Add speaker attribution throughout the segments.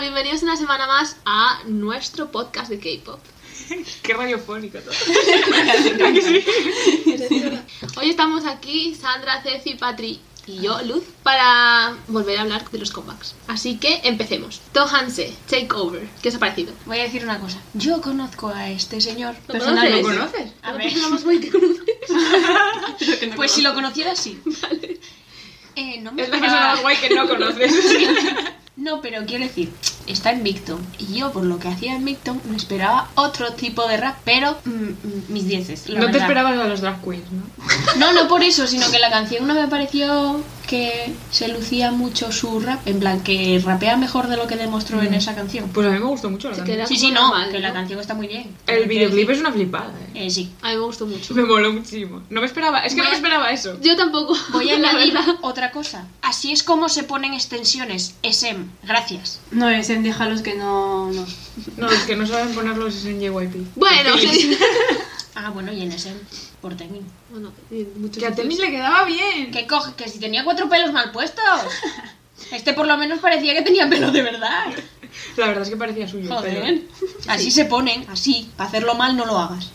Speaker 1: bienvenidos una semana más a nuestro podcast de K-pop.
Speaker 2: Qué radiofónico todo.
Speaker 1: Hoy estamos aquí, Sandra, Ceci, Patri y yo, Luz, para volver a hablar de los comebacks. Así que empecemos. Tohanse, Take Over. ¿Qué os ha parecido?
Speaker 3: Voy a decir una cosa. Yo conozco a este señor
Speaker 1: ¿Lo
Speaker 3: personalmente.
Speaker 1: conoces?
Speaker 2: conoces?
Speaker 3: A
Speaker 1: ¿Una
Speaker 3: ver.
Speaker 1: persona más guay que conoces?
Speaker 3: Pues si lo conociera, sí. Eh, no me
Speaker 2: Es la
Speaker 3: esperaba-
Speaker 2: persona más guay que no conoces.
Speaker 3: No, pero quiero decir, está en Victon. Y yo, por lo que hacía en Victon, me esperaba otro tipo de rap, pero mm, mm, mis dieces. la
Speaker 2: no te
Speaker 3: verdad.
Speaker 2: esperabas a los drag queens, ¿no?
Speaker 3: No, no por eso, sino que la canción no me pareció que se lucía mucho su rap. En plan, que rapea mejor de lo que demostró en esa canción.
Speaker 2: Pues a mí me gustó mucho la
Speaker 1: Se
Speaker 2: canción.
Speaker 1: queda
Speaker 3: Sí,
Speaker 1: como
Speaker 3: sí, no,
Speaker 1: normal,
Speaker 3: que la
Speaker 1: ¿no?
Speaker 3: canción está muy bien.
Speaker 2: El videoclip es una flipada, eh.
Speaker 3: Eh, sí.
Speaker 1: A mí me gustó mucho.
Speaker 2: Me moló muchísimo. No me esperaba, es que no me
Speaker 3: Voy a-
Speaker 2: esperaba eso.
Speaker 1: Yo tampoco.
Speaker 3: Voy a
Speaker 1: la
Speaker 3: añadir
Speaker 1: verdad.
Speaker 3: otra cosa. Así es como se ponen extensiones. SM. Gracias.
Speaker 4: No, es en déjalos que no. no.
Speaker 2: No, es que no saben ponerlos en JYP.
Speaker 1: Bueno, sí.
Speaker 3: Ah, bueno, y en SM. Por Temin.
Speaker 1: Bueno, en muchos
Speaker 2: Que a Temis
Speaker 1: sitios.
Speaker 2: le quedaba bien.
Speaker 3: Que coge, que si tenía cuatro pelos mal puestos. Este por lo menos parecía que tenía pelo de verdad.
Speaker 2: La verdad es que parecía suyo.
Speaker 3: Joder.
Speaker 2: pero-
Speaker 3: Así se ponen, así. Para hacerlo mal no lo hagas.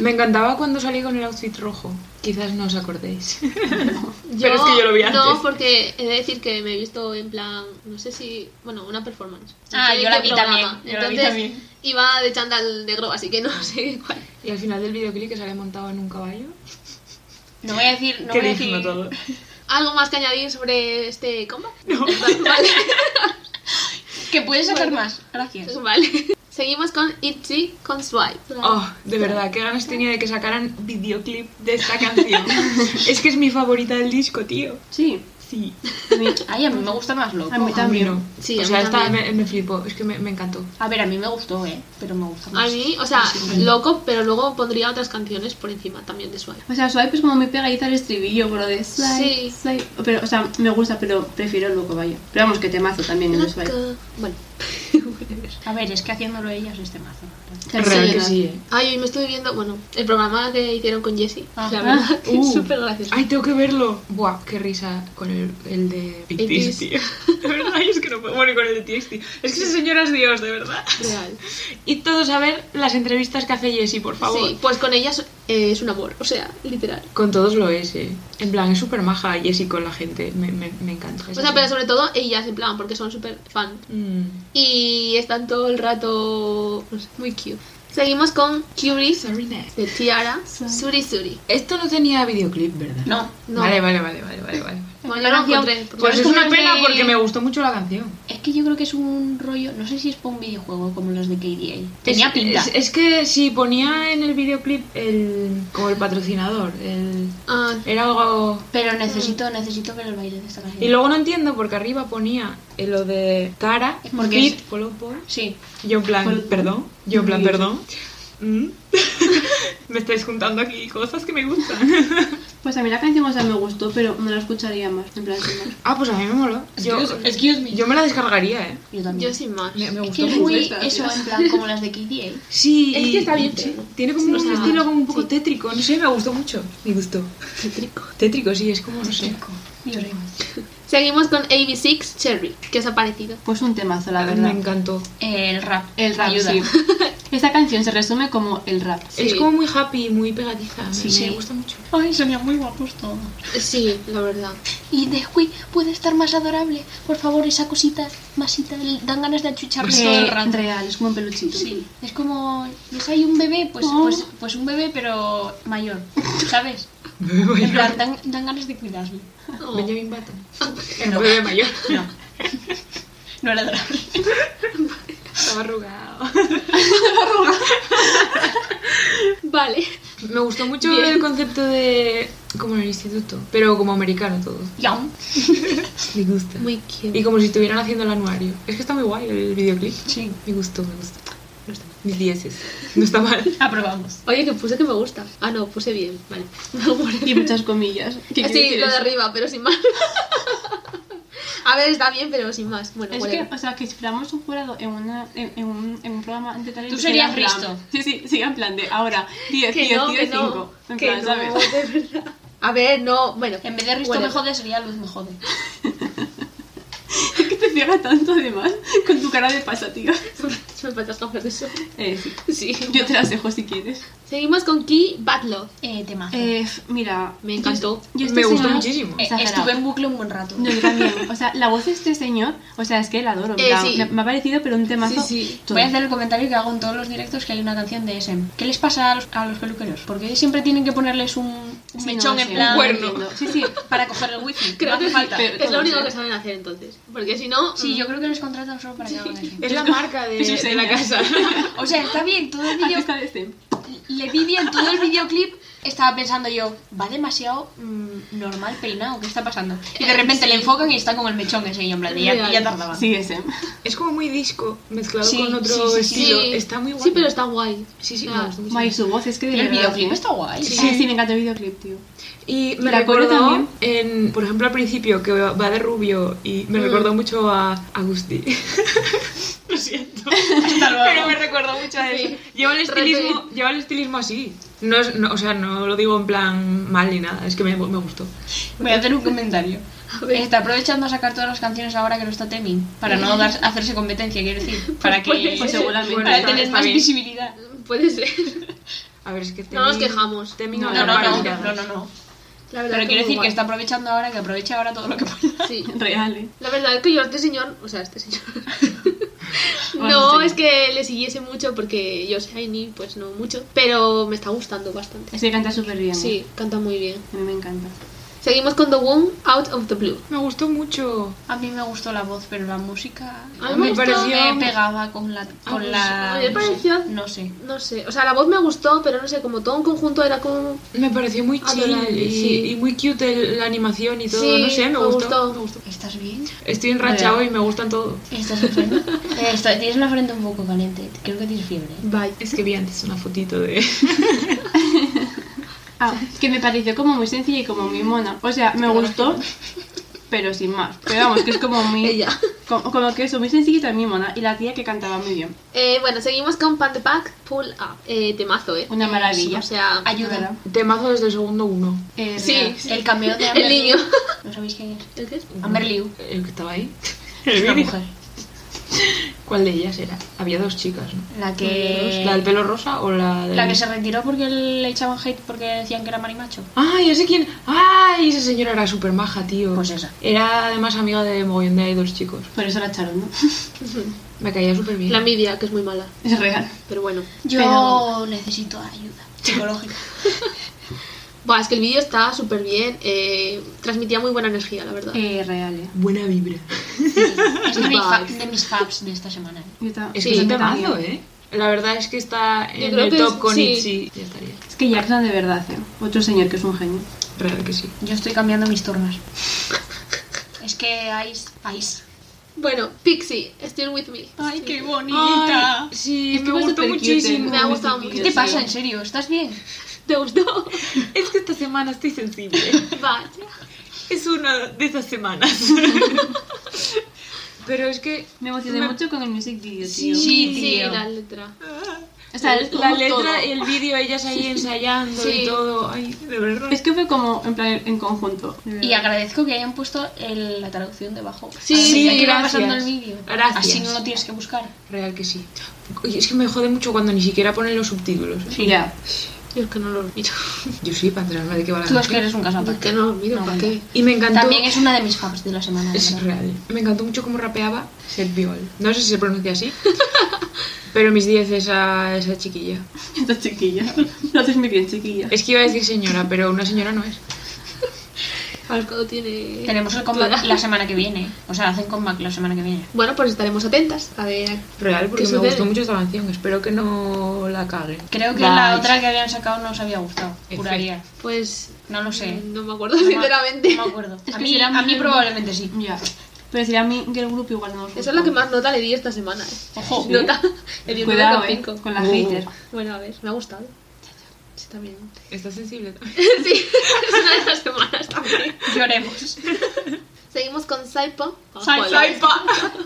Speaker 2: Me encantaba cuando salí con el outfit rojo. Quizás no os acordéis.
Speaker 1: Yo-
Speaker 2: Pero es que yo lo vi antes.
Speaker 1: No, porque he de decir que me he visto en plan, no sé si, bueno, una performance. No
Speaker 3: Ah,
Speaker 1: sé de
Speaker 3: yo la
Speaker 1: qué
Speaker 3: vi
Speaker 1: programa.
Speaker 3: también, yo la vi
Speaker 1: Entonces,
Speaker 3: también.
Speaker 1: iba de chándal negro, así que no sé cuál.
Speaker 2: Y al final del videoclip que sale montado en un caballo.
Speaker 3: No voy a decir, no
Speaker 2: Qué
Speaker 3: voy a
Speaker 2: digno
Speaker 3: decir.
Speaker 2: todo.
Speaker 1: ¿Algo más que añadir sobre este combat?
Speaker 2: No.
Speaker 1: Vale.
Speaker 3: Que puedes sacar
Speaker 1: Bueno.
Speaker 3: más. Gracias.
Speaker 1: Pues, vale. Seguimos con Itzy con Swipe.
Speaker 2: Oh, de verdad, qué ganas tenía de que sacaran videoclip de esta canción. es que es mi favorita del disco, tío.
Speaker 4: Sí,
Speaker 2: Sí. Oh,
Speaker 4: a mí,
Speaker 3: Ay, a mí me gusta más loco.
Speaker 4: a mí también.
Speaker 2: no.
Speaker 1: Sí, a
Speaker 2: o
Speaker 1: mí
Speaker 2: sea, esta
Speaker 1: también.
Speaker 2: me, me flipó, es que me, me encantó.
Speaker 3: A ver, a mí me gustó, eh. Pero me gusta
Speaker 1: A
Speaker 3: más.
Speaker 1: mí, o sea, loco, pero luego pondría otras canciones por encima también de Swipe.
Speaker 4: O sea, swipe es como muy pegadiza al estribillo, por lo de swipe,
Speaker 1: Sí.
Speaker 4: swipe. Pero, o sea, me gusta, pero prefiero el loco, vaya. Pero vamos, que temazo también el swipe.
Speaker 1: Loco. Bueno.
Speaker 3: A ver, es que haciéndolo ellas este mazo.
Speaker 4: Te
Speaker 2: Real
Speaker 4: rellenas.
Speaker 2: que sí, eh.
Speaker 1: Ay, hoy me estoy viendo, bueno, el programa que hicieron con Jessie.
Speaker 3: Ah.
Speaker 1: la verdad, que es
Speaker 2: Uh.
Speaker 1: súper gracioso.
Speaker 2: Ay, tengo que verlo. Buah, qué risa con el, el de
Speaker 1: BTS.
Speaker 2: BTS, tío. De verdad, ay, es que no puedo. Bueno, y con el de TXT. Es que esa señora es Dios, de verdad.
Speaker 1: Real.
Speaker 2: Y todos a ver las entrevistas que hace Jessie, por favor.
Speaker 1: Sí, pues con ellas eh, es un amor, o sea, literal.
Speaker 2: Con todos lo es, eh. En plan, es súper maja Jessie con la gente. Me, me, me encanta.
Speaker 1: O sea, pero sobre todo ellas, en plan, porque son súper fan.
Speaker 2: Mm.
Speaker 1: Y están todo el rato no sé, muy cute. Seguimos con Curie
Speaker 2: Sorry, next.
Speaker 1: de Tiara, Suri Suri.
Speaker 2: Esto no tenía videoclip, ¿verdad?
Speaker 3: No.
Speaker 1: No.
Speaker 2: Vale, vale, vale, vale, vale. vale.
Speaker 1: Bueno,
Speaker 3: La
Speaker 1: yo lo
Speaker 3: canción-
Speaker 1: encontré. porque-
Speaker 2: Pues
Speaker 3: es
Speaker 2: es una
Speaker 3: como
Speaker 2: pena
Speaker 3: de-
Speaker 2: porque me gustó mucho la canción.
Speaker 3: Es que yo creo que es un rollo, no sé si es para un videojuego como los de KDA. Tenía
Speaker 2: es,
Speaker 3: pinta.
Speaker 2: Es, es que si ponía en el videoclip el, como el patrocinador, el,
Speaker 1: Ah,
Speaker 2: era algo...
Speaker 3: Pero necesito, necesito ver el baile de esta canción.
Speaker 2: Y luego no entiendo porque arriba ponía eh, lo de Tara,
Speaker 3: Es porque
Speaker 2: Fit,
Speaker 3: es-
Speaker 2: Polo Polo.
Speaker 3: Sí.
Speaker 2: Yo en plan,
Speaker 4: Polo-
Speaker 2: perdón, yo en plan,
Speaker 4: Sí.
Speaker 2: perdón. Mm. me estáis juntando aquí cosas que me gustan.
Speaker 4: Pues a mí la canción, o sea, me gustó, pero no la escucharía más. En plan, sin más.
Speaker 2: ah, pues a mí me moló. Yo,
Speaker 3: Excuse me.
Speaker 2: yo me la descargaría, ¿eh?
Speaker 3: Yo también.
Speaker 1: yo sin más.
Speaker 2: Me, me
Speaker 3: es
Speaker 2: gustó
Speaker 3: que es
Speaker 2: mucho.
Speaker 3: muy
Speaker 4: esta,
Speaker 3: eso,
Speaker 4: tío.
Speaker 3: en plan como las de KDA.
Speaker 2: Sí,
Speaker 1: Es que está bien,
Speaker 2: sí.
Speaker 1: pero-
Speaker 2: Tiene como
Speaker 1: o
Speaker 2: un
Speaker 1: sea,
Speaker 2: estilo como un poco tétrico, no sé, me gustó mucho. Me gustó.
Speaker 1: Qué trico.
Speaker 2: Tétrico, sí, es como, no sé.
Speaker 3: Lloremos.
Speaker 1: Seguimos con AB6 Cherry. ¿Qué os ha parecido?
Speaker 4: Pues un temazo, la
Speaker 2: Me
Speaker 4: verdad.
Speaker 2: encantó.
Speaker 3: El rap.
Speaker 4: El rap,
Speaker 3: Ayuda.
Speaker 4: sí. Esta canción se resume como el rap.
Speaker 1: Sí.
Speaker 2: Es como muy happy, muy pegadiza.
Speaker 3: Sí.
Speaker 2: me,
Speaker 3: Sí.
Speaker 2: me gusta mucho.
Speaker 3: Ay, serían muy guapos todos.
Speaker 1: Sí, la verdad.
Speaker 3: Y de Hui puede estar más adorable. Por favor, esa cosita, masita, l- dan ganas de achucharle todo el
Speaker 4: Eh,
Speaker 3: rato.
Speaker 4: real, es como un peluchito.
Speaker 3: Sí. Es como, ¿ves hay un bebé? Pues,
Speaker 4: Oh.
Speaker 3: pues, pues un bebé, pero mayor. ¿Sabes? En plan, dan, dan ganas de cuidarlo.
Speaker 1: Oh.
Speaker 2: Benjamin Button. El bebé mayor.
Speaker 3: No. No era adorable.
Speaker 2: Estaba arrugado.
Speaker 1: Vale.
Speaker 2: Me gustó mucho
Speaker 1: Bien.
Speaker 2: el concepto de... Como en el instituto, pero como americano todo.
Speaker 3: Young.
Speaker 2: Me gusta.
Speaker 1: Muy
Speaker 2: Y
Speaker 1: cute.
Speaker 2: como si estuvieran haciendo el anuario. Es que está muy guay el videoclip.
Speaker 3: Sí.
Speaker 2: Me gustó, me gustó. No está mal. Mis dieces. No está mal.
Speaker 3: Aprobamos.
Speaker 1: Oye, que puse que me gusta. Ah, no, puse bien. Vale. Me guardé.
Speaker 4: Y muchas comillas. ¿Qué quiere
Speaker 1: Sí,
Speaker 4: decir
Speaker 1: lo de
Speaker 4: eso?
Speaker 1: arriba, pero sin más. A ver, está bien, pero sin más. Bueno,
Speaker 4: Es que,
Speaker 1: whatever.
Speaker 4: o sea, que si fuéramos un jurado en, una, en, en un, en un programa de talento...
Speaker 3: Tú serías
Speaker 4: sería en plan-
Speaker 3: Risto.
Speaker 4: Sí, sí, sería en plan de ahora, 10,
Speaker 1: Que
Speaker 4: 10,
Speaker 1: no,
Speaker 4: 10,
Speaker 1: que no,
Speaker 4: 5. En
Speaker 1: que
Speaker 4: plan,
Speaker 1: no,
Speaker 4: ¿sabes?
Speaker 1: de verdad. A ver, no, bueno.
Speaker 3: En vez de Risto
Speaker 1: Bueno.
Speaker 3: me jode, sería Luz me jode.
Speaker 4: ¿Qué te friega tanto además con tu cara de pasa, tío.
Speaker 1: Se me faltan las gafas de sol.
Speaker 4: Eh, sí.
Speaker 1: Sí.
Speaker 4: Yo te las dejo si quieres.
Speaker 1: Seguimos con Key Bad Love.
Speaker 3: Eh, temazo.
Speaker 4: Eh, f- mira,
Speaker 1: Me encantó.
Speaker 4: Yo, yo este
Speaker 2: Me gustó
Speaker 4: señor-
Speaker 2: muchísimo.
Speaker 3: Eh,
Speaker 4: exagerado.
Speaker 3: estuve en bucle un buen rato.
Speaker 4: No, yo también. O sea, la voz de este señor, o sea, es que la adoro. en
Speaker 1: Eh,
Speaker 4: plan,
Speaker 1: sí.
Speaker 4: me, me ha parecido, pero un temazo.
Speaker 1: Sí, sí.
Speaker 4: todo.
Speaker 3: Voy a hacer el comentario que hago en todos los directos que hay una canción de SM. ¿Qué les pasa a los, a los peluqueros? Porque siempre tienen que ponerles un, un
Speaker 4: Sí,
Speaker 3: mechón
Speaker 4: no,
Speaker 3: en
Speaker 4: sí,
Speaker 3: plan
Speaker 2: un cuerno.
Speaker 4: entiendo. Sí, sí.
Speaker 3: para coger el wifi.
Speaker 1: Creo
Speaker 3: no hace
Speaker 1: que sí,
Speaker 3: falta.
Speaker 4: pero-
Speaker 1: es lo
Speaker 4: todos,
Speaker 1: único
Speaker 4: ¿eh?
Speaker 1: que saben hacer entonces. Porque si no.
Speaker 3: Sí,
Speaker 1: mm,
Speaker 3: yo creo que les contratan solo para que hagan eso.
Speaker 2: Es la marca de,
Speaker 4: Su
Speaker 2: de la
Speaker 4: seña.
Speaker 2: casa.
Speaker 3: O sea, está bien, todo el
Speaker 4: Aquí
Speaker 3: vídeo
Speaker 4: está de Zem.
Speaker 3: le vi bien todo el videoclip, estaba pensando yo, va demasiado mm, normal peinado, ¿qué está pasando? Y de repente le enfocan y está con el mechón ese y yo en plan, y ya, y ya tardaba.
Speaker 4: Sí, de Zem.
Speaker 2: Es como muy disco, mezclado
Speaker 3: Sí,
Speaker 2: con otro
Speaker 3: sí, sí, sí.
Speaker 2: estilo. Está muy guapo.
Speaker 1: Sí, pero está guay.
Speaker 2: Sí, sí,
Speaker 1: Ah,
Speaker 2: me gustó mucho.
Speaker 4: Guay, su voz es que de
Speaker 3: Y el
Speaker 4: verdad- ¿eh?
Speaker 3: videoclip está guay.
Speaker 4: Sí,
Speaker 1: Sí.
Speaker 4: Ah, sí, me encanta el videoclip, tío.
Speaker 2: Y me
Speaker 4: La
Speaker 2: recordó
Speaker 4: Cora también.
Speaker 2: en, por ejemplo, al principio que va de rubio y
Speaker 3: Mm.
Speaker 2: me recordó mucho a Agustí. Lo siento.
Speaker 3: Hasta luego.
Speaker 2: Pero me recordó mucho a eso.
Speaker 1: Sí.
Speaker 2: Lleva el estilismo, lleva el estilismo así. No es- no, o sea, no lo digo en plan mal ni nada, es que me, me gustó.
Speaker 3: Voy a hacer un comentario.
Speaker 1: A ver.
Speaker 3: Está aprovechando a sacar todas las canciones ahora que no está Temin, para no dar- hacerse competencia, quiero decir, para que
Speaker 1: Pues
Speaker 4: seguramente.
Speaker 3: para
Speaker 2: Está-
Speaker 3: tener
Speaker 2: está
Speaker 3: más
Speaker 2: bien.
Speaker 3: visibilidad.
Speaker 1: Puede ser.
Speaker 2: A ver, es que
Speaker 1: No nos quejamos.
Speaker 2: Temin
Speaker 4: No,
Speaker 3: No,
Speaker 2: habla
Speaker 3: no, no,
Speaker 2: para
Speaker 3: no, no, no.
Speaker 1: La verdad
Speaker 3: Pero quiero decir
Speaker 1: muy
Speaker 3: que está aprovechando ahora, que aproveche ahora todo lo que pueda.
Speaker 1: guay. Sí.
Speaker 4: Real, eh.
Speaker 1: La verdad es que yo a este señor, o sea, a este señor.
Speaker 4: Bueno,
Speaker 1: no,
Speaker 4: sí.
Speaker 1: es que le siguiese mucho porque yo Shiny, pues no mucho. Pero me está gustando bastante.
Speaker 4: Es que canta súper bien.
Speaker 1: Sí, canta muy bien.
Speaker 4: eh. A mí me encanta.
Speaker 1: Seguimos con The One Out of the Blue.
Speaker 2: Me gustó mucho.
Speaker 3: A mí me gustó la voz, pero la música
Speaker 1: A mí
Speaker 2: me
Speaker 1: me gustó,
Speaker 2: pareció-
Speaker 3: me pegaba con la
Speaker 1: pues,
Speaker 3: con la
Speaker 1: a mí me
Speaker 3: no sé,
Speaker 1: pareció-
Speaker 3: no sé.
Speaker 1: No sé, o sea, la voz me gustó, pero no sé, como todo un conjunto era como.
Speaker 2: Me pareció muy chill
Speaker 1: Adorable,
Speaker 2: y,
Speaker 1: sí.
Speaker 2: y muy cute el- la animación y todo.
Speaker 1: Sí,
Speaker 2: no sé, me,
Speaker 1: me
Speaker 2: gustó.
Speaker 1: gustó.
Speaker 2: me gustó.
Speaker 3: ¿Estás bien?
Speaker 2: Estoy enrachado y me gustan todo.
Speaker 3: ¿Estás enfermo? Eh, está- tienes la frente un poco caliente. Creo que tienes fiebre.
Speaker 1: Bye.
Speaker 2: Es que vi antes una fotito de.
Speaker 4: Ah, que me pareció como muy sencilla y como muy mona. O sea, me gustó, pero sin más. Pero vamos, que es como muy.
Speaker 1: Ella.
Speaker 4: Como, como que eso, muy sencilla y también mona. Y la tía que cantaba muy bien.
Speaker 1: Eh, bueno, seguimos con Pan the Pack Pull Up. Eh, temazo, ¿eh?
Speaker 4: Una maravilla.
Speaker 1: O sea,
Speaker 3: Ayuda.
Speaker 2: Temazo desde el segundo uno.
Speaker 4: Eh,
Speaker 1: Sí.
Speaker 4: real.
Speaker 3: El cameo de Amber
Speaker 1: el niño.
Speaker 3: Liu. ¿No sabéis quién es?
Speaker 1: ¿El qué es?
Speaker 3: Amber Liu.
Speaker 2: El que estaba ahí.
Speaker 3: Es una mujer.
Speaker 2: ¿Cuál de ellas era? Había dos chicas, ¿no?
Speaker 3: La
Speaker 1: Eh,
Speaker 3: que
Speaker 2: ¿La del pelo rosa o la de.?
Speaker 3: la que se retiró porque le echaban hate porque decían que era marimacho.
Speaker 2: ¡Ay, Ah, ya sé quién! ¡Ay! Esa señora era súper maja, tío.
Speaker 3: Pues esa.
Speaker 2: Era además amiga de mogollón de dos chicos.
Speaker 4: Por eso la echaron, ¿no?
Speaker 2: Me caía súper bien.
Speaker 1: La media, que es muy mala.
Speaker 4: Es real.
Speaker 1: Pero bueno.
Speaker 3: Yo
Speaker 4: Pero-
Speaker 3: necesito ayuda psicológica.
Speaker 1: Buah, es que el vídeo estaba súper bien. eh, transmitía muy buena energía, la verdad.
Speaker 4: Eh, real, eh.
Speaker 2: Buena vibra.
Speaker 3: es de, mi fa-
Speaker 1: Vibes.
Speaker 3: de mis faps de esta semana.
Speaker 4: Yo ta-
Speaker 2: Es
Speaker 1: Sí,
Speaker 2: que es un
Speaker 4: yo
Speaker 2: temazo,
Speaker 4: también.
Speaker 2: ¿eh? La verdad es que está
Speaker 1: Yo
Speaker 2: en
Speaker 1: creo
Speaker 2: el
Speaker 1: que
Speaker 2: top
Speaker 1: es-
Speaker 2: con
Speaker 1: sí.
Speaker 2: Itzy. Ya estaría.
Speaker 4: Es que Jackson de verdad, eh. Otro señor que es un genio.
Speaker 2: Real que sí.
Speaker 3: Yo estoy cambiando mis turnos. Es que Ice. Ice.
Speaker 1: Bueno, Pixie, Still With Me.
Speaker 3: Ay, qué
Speaker 2: Ay, sí,
Speaker 4: Es que
Speaker 2: me
Speaker 4: va
Speaker 2: gustó
Speaker 4: supercute.
Speaker 2: muchísimo.
Speaker 1: Me ha gustado
Speaker 3: ¿Qué
Speaker 1: mucho.
Speaker 3: te pasa? En serio, ¿estás bien?
Speaker 1: ¿Te gustó?
Speaker 2: Es que esta semana estoy sensible.
Speaker 1: Vaya.
Speaker 2: es una de esas semanas. Pero es que.
Speaker 4: Me emocioné mucho con el music video,
Speaker 3: Sí,
Speaker 4: tío.
Speaker 1: Sí,
Speaker 3: tío.
Speaker 1: la letra.
Speaker 4: O sea,
Speaker 1: es
Speaker 2: La
Speaker 1: como
Speaker 2: letra,
Speaker 1: todo.
Speaker 2: el vídeo, ellas ahí ensayando
Speaker 1: Sí.
Speaker 2: y todo. Ay, de verdad.
Speaker 4: es que fue como en plan en conjunto.
Speaker 3: Y agradezco que hayan puesto el- la traducción debajo.
Speaker 1: Sí,
Speaker 3: A medida
Speaker 2: sí,
Speaker 3: que va
Speaker 2: gracias.
Speaker 3: pasando el vídeo.
Speaker 2: Gracias.
Speaker 3: Así no lo tienes que buscar.
Speaker 2: Real que sí. Oye, es que me jode mucho cuando ni siquiera ponen los subtítulos. ¿eh?
Speaker 4: Sí. Ya.
Speaker 1: Yo es que no los miro.
Speaker 2: Yo sí, para enterarme de qué va la
Speaker 3: Tú es que
Speaker 2: canción.
Speaker 3: eres un caso
Speaker 1: Yo
Speaker 3: aparte.
Speaker 1: que no los miro,
Speaker 3: No,
Speaker 1: ¿para
Speaker 3: no.
Speaker 1: qué?
Speaker 2: Y me encantó.
Speaker 3: También es una de mis faves de la semana. de
Speaker 2: Es
Speaker 3: verdad.
Speaker 2: real. Me encantó mucho cómo rapeaba Seth Viol. No sé si se pronuncia así. pero mis 10 esa, esa chiquilla.
Speaker 4: Esta chiquilla. Lo haces muy bien, chiquilla.
Speaker 2: Es que iba a decir señora, pero una señora no es.
Speaker 1: A ver cuándo tiene.
Speaker 3: Tenemos el comeback la semana que viene. O sea, hacen comeback la semana que viene.
Speaker 1: Bueno, pues estaremos atentas. A ver.
Speaker 2: Real, porque
Speaker 1: ¿Qué
Speaker 2: me
Speaker 1: sucede?
Speaker 2: gustó mucho esta canción. Espero que no la caguen.
Speaker 3: Creo que
Speaker 2: Bye.
Speaker 3: la otra que habían sacado no os había gustado.
Speaker 2: Efe.
Speaker 3: Juraría.
Speaker 1: Pues.
Speaker 3: No lo sé.
Speaker 1: No me acuerdo,
Speaker 3: No me-
Speaker 1: sinceramente.
Speaker 3: No me acuerdo.
Speaker 4: que
Speaker 3: a mí,
Speaker 4: será
Speaker 3: a
Speaker 4: mi
Speaker 3: mí
Speaker 4: grupo.
Speaker 3: probablemente sí.
Speaker 4: Ya. Pero sería mi girl group igual no. nos
Speaker 1: Eso es lo que
Speaker 4: gusta.
Speaker 1: más nota le di esta semana. ¿eh?
Speaker 3: Ojo.
Speaker 4: Sí.
Speaker 1: Nota. Le di un
Speaker 4: Cuidado, eh,
Speaker 1: 9,5.
Speaker 4: con la
Speaker 2: Oh.
Speaker 4: hater.
Speaker 1: Bueno, a ver, me ha gustado. Sí, también.
Speaker 2: Está sensible también.
Speaker 1: sí, es una de las semanas también.
Speaker 3: Lloremos.
Speaker 1: Seguimos con Saipo. ¿eh?
Speaker 3: Saipo.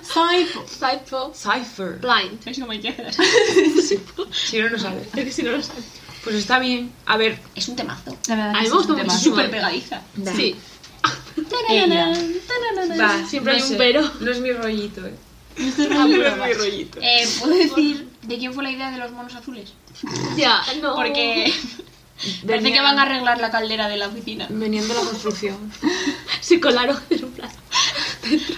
Speaker 4: Saipo.
Speaker 1: Saipo.
Speaker 2: Cypher.
Speaker 1: Blind.
Speaker 3: Eso me queda.
Speaker 2: Si no, no sabe.
Speaker 1: Es que si no lo sabes.
Speaker 2: Pues está bien. A ver.
Speaker 3: Es un temazo.
Speaker 4: La verdad
Speaker 1: A
Speaker 4: que
Speaker 1: mí
Speaker 4: sí,
Speaker 1: me gustó
Speaker 4: te va.
Speaker 1: muchísimo.
Speaker 3: Súper pegadiza.
Speaker 1: Sí.
Speaker 3: Ella.
Speaker 2: Va,
Speaker 1: Siempre
Speaker 2: no
Speaker 1: hay un
Speaker 2: sé.
Speaker 1: pero.
Speaker 2: No es mi rollito, eh.
Speaker 1: Ah,
Speaker 2: No
Speaker 1: bueno,
Speaker 2: es mi rollito.
Speaker 3: Eh, ¿Puedo decir de quién fue la idea de los monos azules?
Speaker 1: Ya,
Speaker 3: Oh.
Speaker 1: no.
Speaker 3: Porque parece que van a arreglar la caldera de la oficina.
Speaker 2: Venían de la construcción.
Speaker 1: Se colaron en un plato.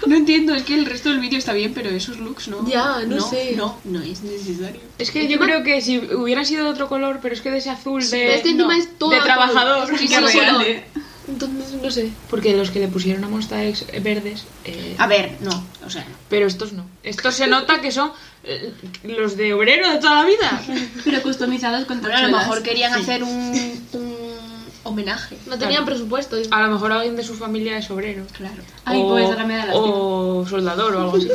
Speaker 3: No entiendo, es que el resto del vídeo está bien, pero esos looks no.
Speaker 1: Ya, no sé.
Speaker 3: No, no es necesario.
Speaker 2: Es que yo creo que si hubieran sido de otro color, pero es que de ese azul
Speaker 1: Pero
Speaker 2: de,
Speaker 1: es que encima
Speaker 3: no.
Speaker 1: es todo.
Speaker 2: de
Speaker 1: azul.
Speaker 2: trabajador.
Speaker 1: Es que
Speaker 3: Qué
Speaker 1: solo
Speaker 3: real,
Speaker 1: color.
Speaker 4: eh.
Speaker 1: Entonces, no sé.
Speaker 2: Porque los que le pusieron a Monsta X eh, verdes. eh,
Speaker 3: A ver, no, o sea, no.
Speaker 2: pero estos no. Estos se nota que son eh, los de obrero de toda la vida.
Speaker 4: Pero customizados con
Speaker 3: Bueno, a lo
Speaker 4: tachuelas.
Speaker 3: mejor querían hacer un, un homenaje.
Speaker 1: No tenían presupuesto.
Speaker 2: A lo mejor alguien de su familia es obrero.
Speaker 3: Claro.
Speaker 4: Ay,
Speaker 2: o,
Speaker 4: pues ahora me
Speaker 1: Oh.
Speaker 4: da lástima.
Speaker 2: O soldador o algo así.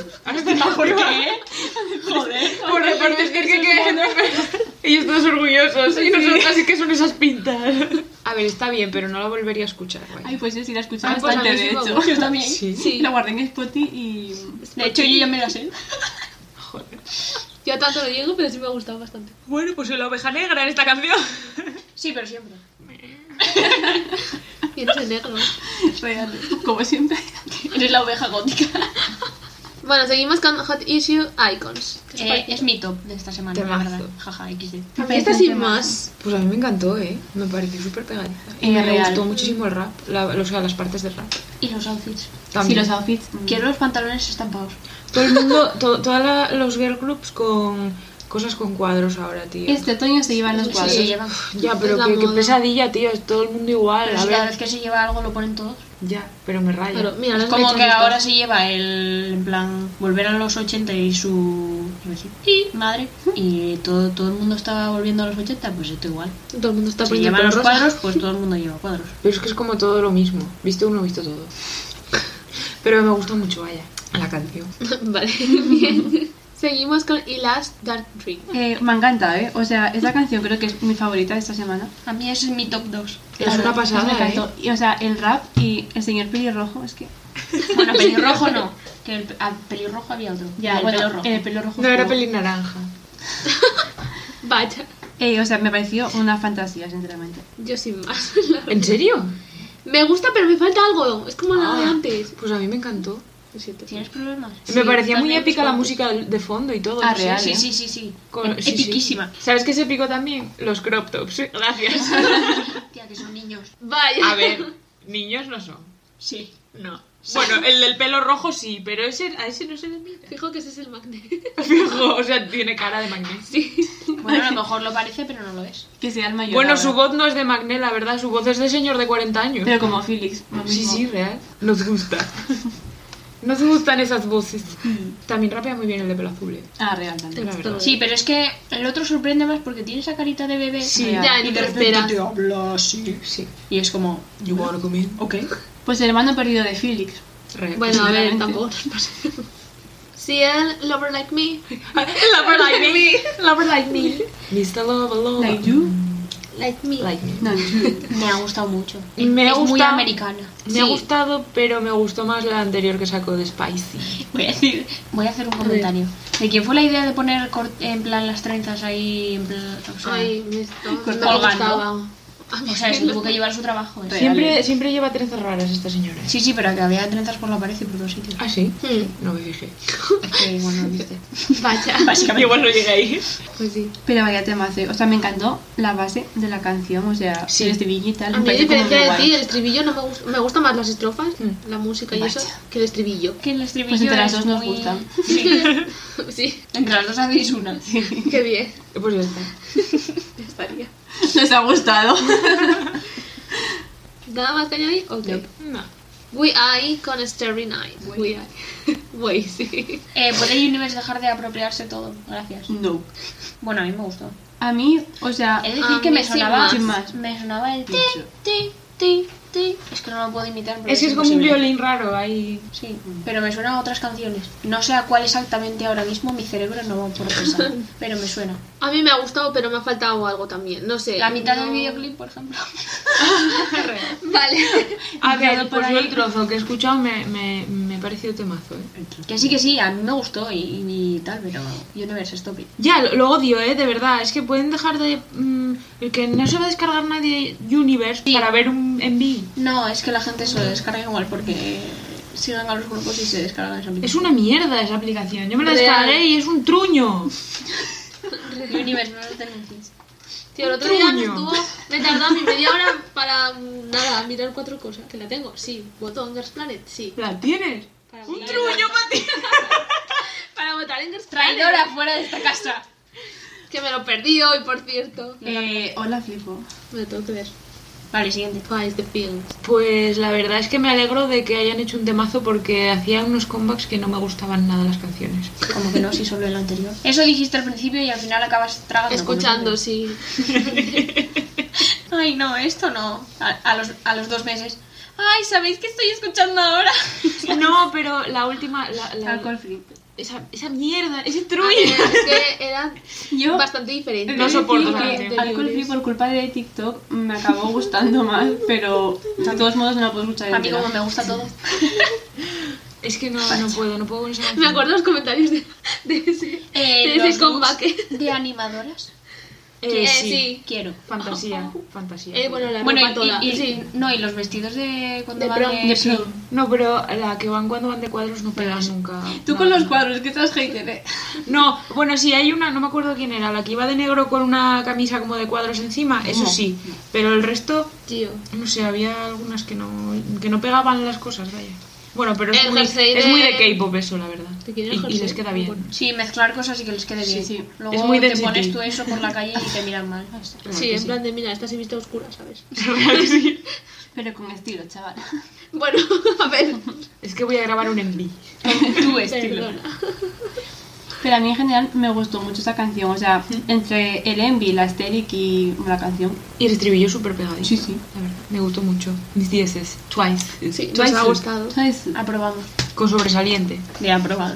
Speaker 2: ¿Por qué?
Speaker 3: Joder.
Speaker 2: Por repente es que, que- que- ellos todos orgullosos y nosotros sí que son esas pintas. A ver, está bien, pero no la volvería a escuchar. vaya.
Speaker 4: Ay, pues yo sí la escuché
Speaker 1: Ay, pues a
Speaker 4: bastante,
Speaker 1: mí
Speaker 4: de
Speaker 1: sí me
Speaker 4: hecho.
Speaker 1: gusta.
Speaker 3: Yo también.
Speaker 2: pues, Sí.
Speaker 1: Sí.
Speaker 4: La guardé en Spotify y...
Speaker 3: De hecho, yo ya me la sé.
Speaker 2: Joder.
Speaker 1: Yo a tanto no llego, pero sí me ha gustado bastante.
Speaker 2: Bueno, pues soy la oveja negra en esta canción.
Speaker 3: Sí, pero siempre.
Speaker 1: Tienes el negro.
Speaker 4: Real, como siempre.
Speaker 3: Eres la oveja gótica.
Speaker 1: Bueno, seguimos con Hot Issue Icons. ¿Qué os
Speaker 3: Eh,
Speaker 1: parece?
Speaker 3: es mi top de esta semana, la
Speaker 2: Temazo.
Speaker 3: verdad. Jaja, XD.
Speaker 1: Esta sin más.
Speaker 2: Pues a mí me encantó, ¿eh? Me pareció súper pegadiza. Y
Speaker 4: Eh,
Speaker 2: me
Speaker 4: real.
Speaker 2: gustó muchísimo el rap, la- o sea, las partes del rap.
Speaker 3: Y los outfits.
Speaker 4: Sí,
Speaker 2: También.
Speaker 4: los outfits. mm.
Speaker 3: Quiero los pantalones estampados.
Speaker 2: Todo el mundo, to- todos los girl groups con cosas con cuadros ahora, tío.
Speaker 4: Este otoño se llevan los
Speaker 3: Sí,
Speaker 4: cuadros.
Speaker 3: se llevan.
Speaker 2: Ya, pero
Speaker 1: Es la
Speaker 2: qué, qué
Speaker 1: moda.
Speaker 2: pesadilla, tío. Es todo el mundo igual.
Speaker 3: Pero
Speaker 2: a
Speaker 3: si
Speaker 2: ver.
Speaker 3: cada vez que se lleva algo lo ponen todos.
Speaker 2: Ya, pero me raya.
Speaker 1: Pero mira,
Speaker 3: Es
Speaker 1: las
Speaker 3: como que
Speaker 1: mechones,
Speaker 3: ahora se lleva el, en plan, volver a los 80 y su iba a decir, y madre, y todo, todo el mundo está volviendo a los 80, pues esto igual.
Speaker 1: Todo el mundo está
Speaker 3: Si
Speaker 1: poniendo
Speaker 3: llevan los
Speaker 1: rosa.
Speaker 3: cuadros, pues todo el mundo lleva cuadros.
Speaker 2: Pero es que es como todo lo mismo. Viste uno, visto todo. Pero me gusta mucho, vaya, la canción.
Speaker 1: vale, bien. Seguimos con Elas Dark Dream.
Speaker 4: Eh, me encanta, ¿eh? O sea, esta canción creo que es mi favorita de esta semana.
Speaker 3: A mí ese es mi top 2.
Speaker 2: Es una
Speaker 4: Pues me
Speaker 2: pasada, ¿eh?
Speaker 4: encantó. Y, o sea, el rap y el señor pelirrojo, es que...
Speaker 3: Bueno, pelirrojo no, que el, a pelirrojo había otro. el
Speaker 4: bueno,
Speaker 3: pelirrojo.
Speaker 4: El pelo rojo.
Speaker 2: No era
Speaker 4: oscuro.
Speaker 2: peli naranja.
Speaker 1: Vaya,
Speaker 4: Eh, o sea, me pareció una fantasía, sinceramente.
Speaker 1: yo sin más.
Speaker 2: ¿En serio?
Speaker 1: me gusta, pero me falta algo. Es como la de
Speaker 2: Ah,
Speaker 1: antes.
Speaker 2: Pues a mí me encantó.
Speaker 1: Lo siento.
Speaker 3: ¿Tienes problemas?
Speaker 2: me parecía muy
Speaker 3: también
Speaker 2: épica la
Speaker 3: los
Speaker 2: música de fondo y todo.
Speaker 4: Ah,
Speaker 2: no sé,
Speaker 4: real,
Speaker 3: Sí,
Speaker 4: ¿eh?
Speaker 3: sí, sí, sí.
Speaker 2: con- sí, sí.
Speaker 3: Epiquísima.
Speaker 2: ¿Sabes qué se picó también? Los crop tops. Gracias.
Speaker 3: Tía, que son niños.
Speaker 1: Vaya.
Speaker 2: A ver, niños no son.
Speaker 3: Sí.
Speaker 2: No. Bueno, el del pelo rojo sí, pero ese, a ese no se le
Speaker 3: Ah.
Speaker 2: mira.
Speaker 1: Fijo que ese es el magne.
Speaker 2: Fijo, o sea, tiene cara de magnesio.
Speaker 3: Bueno, a lo mejor lo parece, pero no lo es.
Speaker 4: Que sea el mayor.
Speaker 2: Bueno,
Speaker 4: ahora.
Speaker 2: su voz no es de Magné, la verdad, su voz es de señor de 40 años.
Speaker 4: Pero como Felix. lo
Speaker 2: sí,
Speaker 4: mismo.
Speaker 2: sí, real. Nos gusta. Nos gustan esas voces. También rapea muy bien el de pelo azul. eh.
Speaker 4: Ah, real también.
Speaker 2: La verdad.
Speaker 3: Sí, pero es que el otro sorprende más porque tiene esa carita de bebé.
Speaker 2: Sí.
Speaker 4: Real.
Speaker 1: Ya, ni te esperas.
Speaker 3: habla así.
Speaker 2: Sí.
Speaker 3: Y es como,
Speaker 2: You wanna come in?
Speaker 3: ok.
Speaker 4: Pues el hermano perdido de Felix.
Speaker 2: Real.
Speaker 1: Bueno, a ver,
Speaker 4: Sinceramente.
Speaker 1: tampoco nos pasemos. Si el lover like me,
Speaker 2: Lover like me.
Speaker 1: lover like me,
Speaker 2: Mr. Love, love.
Speaker 4: Like you.
Speaker 1: like me.
Speaker 2: Like me.
Speaker 4: No, you.
Speaker 3: Me ha gustado mucho.
Speaker 2: Me ha
Speaker 3: es muy
Speaker 2: gustado-
Speaker 3: americana.
Speaker 2: Me
Speaker 1: Sí.
Speaker 2: ha gustado, pero me gustó más la anterior que sacó de Spicy.
Speaker 3: Voy a decir, voy a hacer un comentario. ¿De quién fue la idea de poner cor- en plan las trenzas ahí en plan, o sea,
Speaker 1: Ay, me está, no me
Speaker 3: Colgando.
Speaker 1: gustaba. A mí
Speaker 3: o sea, se tuvo que llevar a su trabajo. ¿eh?
Speaker 4: Real.
Speaker 2: Siempre, siempre lleva trenzas raras esta señora.
Speaker 3: Sí, sí, pero que había trenzas por la pared y por todos sitios.
Speaker 2: ¿Ah, sí?
Speaker 1: Hmm,
Speaker 2: No me fijé.
Speaker 3: Es que, bueno, viste.
Speaker 1: Vaya.
Speaker 3: Básicamente.
Speaker 2: Igual no llega ahí.
Speaker 1: Pues sí.
Speaker 4: Pero vaya temazo. eh. O sea, me encantó la base de la canción. O sea,
Speaker 2: Sí.
Speaker 4: el estribillo y tal.
Speaker 1: A
Speaker 4: me
Speaker 1: mí, a
Speaker 4: pareció como
Speaker 1: diferencia
Speaker 4: muy
Speaker 1: de
Speaker 4: guay.
Speaker 1: ti, el estribillo no me gusta. Me gustan más las estrofas,
Speaker 2: Mm.
Speaker 1: la música y
Speaker 4: Vaya.
Speaker 1: eso, que el estribillo.
Speaker 3: Que el estribillo
Speaker 4: Pues entre las
Speaker 3: es
Speaker 4: dos nos
Speaker 3: muy-
Speaker 4: gustan.
Speaker 3: Sí.
Speaker 1: Sí,
Speaker 3: entre las dos hacéis una.
Speaker 1: qué bien.
Speaker 2: Pues ya está.
Speaker 1: Ya estaría.
Speaker 4: ¿Les ha gustado?
Speaker 1: ¿Nada más que añadir? Ok.
Speaker 2: No.
Speaker 1: We Eye con Starry Night. We Eye. Wey, sí.
Speaker 3: Eh, ¿Puede Universe dejar de apropiarse todo? Gracias.
Speaker 4: no.
Speaker 3: Bueno, a mí me gustó.
Speaker 4: A mí, o sea...
Speaker 3: Es
Speaker 1: A
Speaker 3: decir, que
Speaker 1: mí
Speaker 3: me
Speaker 1: sí
Speaker 3: sonaba.
Speaker 4: más. Más.
Speaker 3: Me sonaba el ti,
Speaker 4: Mucho.
Speaker 3: ti, ti, ti. Es que no lo puedo imitar. porque
Speaker 2: Es que es como un
Speaker 3: imposible.
Speaker 2: violín raro ahí.
Speaker 3: Sí, pero me suenan a otras canciones. No sé a cuál exactamente ahora mismo, mi cerebro no va por pensar. pero me suena.
Speaker 1: A mí me ha gustado, pero me ha faltado algo también. No sé.
Speaker 3: La mitad del
Speaker 1: Eh, no-
Speaker 3: videoclip, por ejemplo.
Speaker 1: Vale.
Speaker 2: A ver,
Speaker 4: Guiado por
Speaker 2: pues yo
Speaker 4: ahí.
Speaker 2: el trozo que he escuchado me, me, me ha parecido temazo, ¿eh?
Speaker 3: Que sí, que sí, a mí me gustó y, y- y tal, pero Universe Stop It.
Speaker 2: Ya, lo, lo odio, ¿eh? De verdad, es que pueden dejar de... mm, el que no se va a descargar nadie Universe para ver un en, en Vine.
Speaker 3: No, es que la gente se lo descarga igual porque sigan a los grupos y se descargan esa
Speaker 2: Es una mierda esa aplicación. Yo me la
Speaker 1: Real.
Speaker 2: descargué y es un truño.
Speaker 3: Universe, no lo denuncies.
Speaker 1: Tío, el otro día me
Speaker 2: Truño.
Speaker 1: estuvo. Me tardó mi media hora para mm, nada, mirar cuatro cosas. Que la tengo, sí. Voto en Girls Planet, sí.
Speaker 2: ¿La tienes?
Speaker 1: Para
Speaker 2: Un
Speaker 1: votar-
Speaker 2: truño para ti.
Speaker 1: Para votar en Girls Planet.
Speaker 3: Traidora fuera de esta casa.
Speaker 1: Que me lo perdí hoy, por cierto.
Speaker 4: Eh, hola, flipo.
Speaker 1: Me lo tengo que ver.
Speaker 3: Vale, siguiente.
Speaker 1: Twice the Films.
Speaker 2: Pues la verdad es que me alegro de que hayan hecho un temazo porque hacían unos comebacks que no me gustaban nada las canciones.
Speaker 3: Como que no, si solo el anterior. Eso dijiste al principio y al final acabas tragando.
Speaker 1: Escuchando, sí.
Speaker 3: Ay, no, esto no. A, a los, a los dos meses. Ay, ¿sabéis qué estoy escuchando ahora?
Speaker 2: No, pero la última... La, la-
Speaker 4: Alcohol free.
Speaker 2: esa, esa mierda, ese
Speaker 1: A ver,
Speaker 2: truño.
Speaker 1: Ah, Es que eran
Speaker 4: Yo
Speaker 1: bastante diferentes.
Speaker 2: No soporto la
Speaker 4: que
Speaker 1: gente.
Speaker 4: alcohol free por culpa de TikTok me acabó gustando más, pero de todos modos no la puedo escuchar.
Speaker 3: A mí
Speaker 4: entera.
Speaker 3: como me gusta todo.
Speaker 2: Es que no, no puedo, no puedo con esa
Speaker 1: Me
Speaker 2: canción.
Speaker 1: acuerdo los comentarios de, de ese,
Speaker 3: Eh,
Speaker 1: de ese
Speaker 3: los
Speaker 1: comeback.
Speaker 3: looks de animadoras.
Speaker 2: Eh,
Speaker 1: Eh,
Speaker 2: sí.
Speaker 1: sí.
Speaker 3: Quiero.
Speaker 2: Fantasía, fantasía.
Speaker 1: Eh, bueno, la
Speaker 3: Bueno,
Speaker 1: ropa
Speaker 3: y-
Speaker 1: toda.
Speaker 3: y, y-
Speaker 1: sí.
Speaker 3: no, y los vestidos de cuando
Speaker 1: De
Speaker 3: van
Speaker 1: prom.
Speaker 3: de
Speaker 4: De prom.
Speaker 3: prom.
Speaker 2: No, pero la que van cuando van de cuadros no pegas nunca.
Speaker 4: Tú
Speaker 2: No,
Speaker 4: con los
Speaker 2: no.
Speaker 4: cuadros, que estás hater, eh.
Speaker 2: No, bueno, sí, hay una, no me acuerdo quién era, la que iba de negro con una camisa como de cuadros encima, eso sí. Pero el resto,
Speaker 1: Tío.
Speaker 2: no sé, había algunas que no, que no pegaban las cosas, vaya. Bueno, pero es
Speaker 1: El
Speaker 2: muy,
Speaker 1: jersey
Speaker 2: es
Speaker 1: de-
Speaker 2: muy de K-pop eso, la verdad.
Speaker 1: ¿Te
Speaker 2: Y,
Speaker 1: quieres el
Speaker 2: y
Speaker 1: jersey?
Speaker 2: les queda bien.
Speaker 3: Sí, mezclar cosas y que les quede bien.
Speaker 4: sí.
Speaker 3: Luego
Speaker 2: Es muy
Speaker 3: te
Speaker 2: Density.
Speaker 3: pones tú eso por la calle y te miran mal.
Speaker 2: Claro
Speaker 1: Sí,
Speaker 2: que
Speaker 1: en plan de, mira, esta se viste oscura, ¿sabes?
Speaker 2: Sí.
Speaker 4: Pero con estilo, chaval.
Speaker 1: Bueno, a ver.
Speaker 2: Es que voy a grabar un enví.
Speaker 3: tu estilo.
Speaker 1: Perdona.
Speaker 4: Pero a mí en general me gustó mucho esa canción. O sea, entre el Envy, la Asterix y la canción.
Speaker 2: Y el estribillo súper pegadito.
Speaker 4: Sí, sí.
Speaker 2: La verdad, me gustó mucho. Mis 10 es Twice.
Speaker 1: Sí, nos
Speaker 4: Twice.
Speaker 1: ha gustado.
Speaker 4: ¿Sabes?
Speaker 3: Aprobamos.
Speaker 2: Con sobresaliente.
Speaker 3: De aprobado.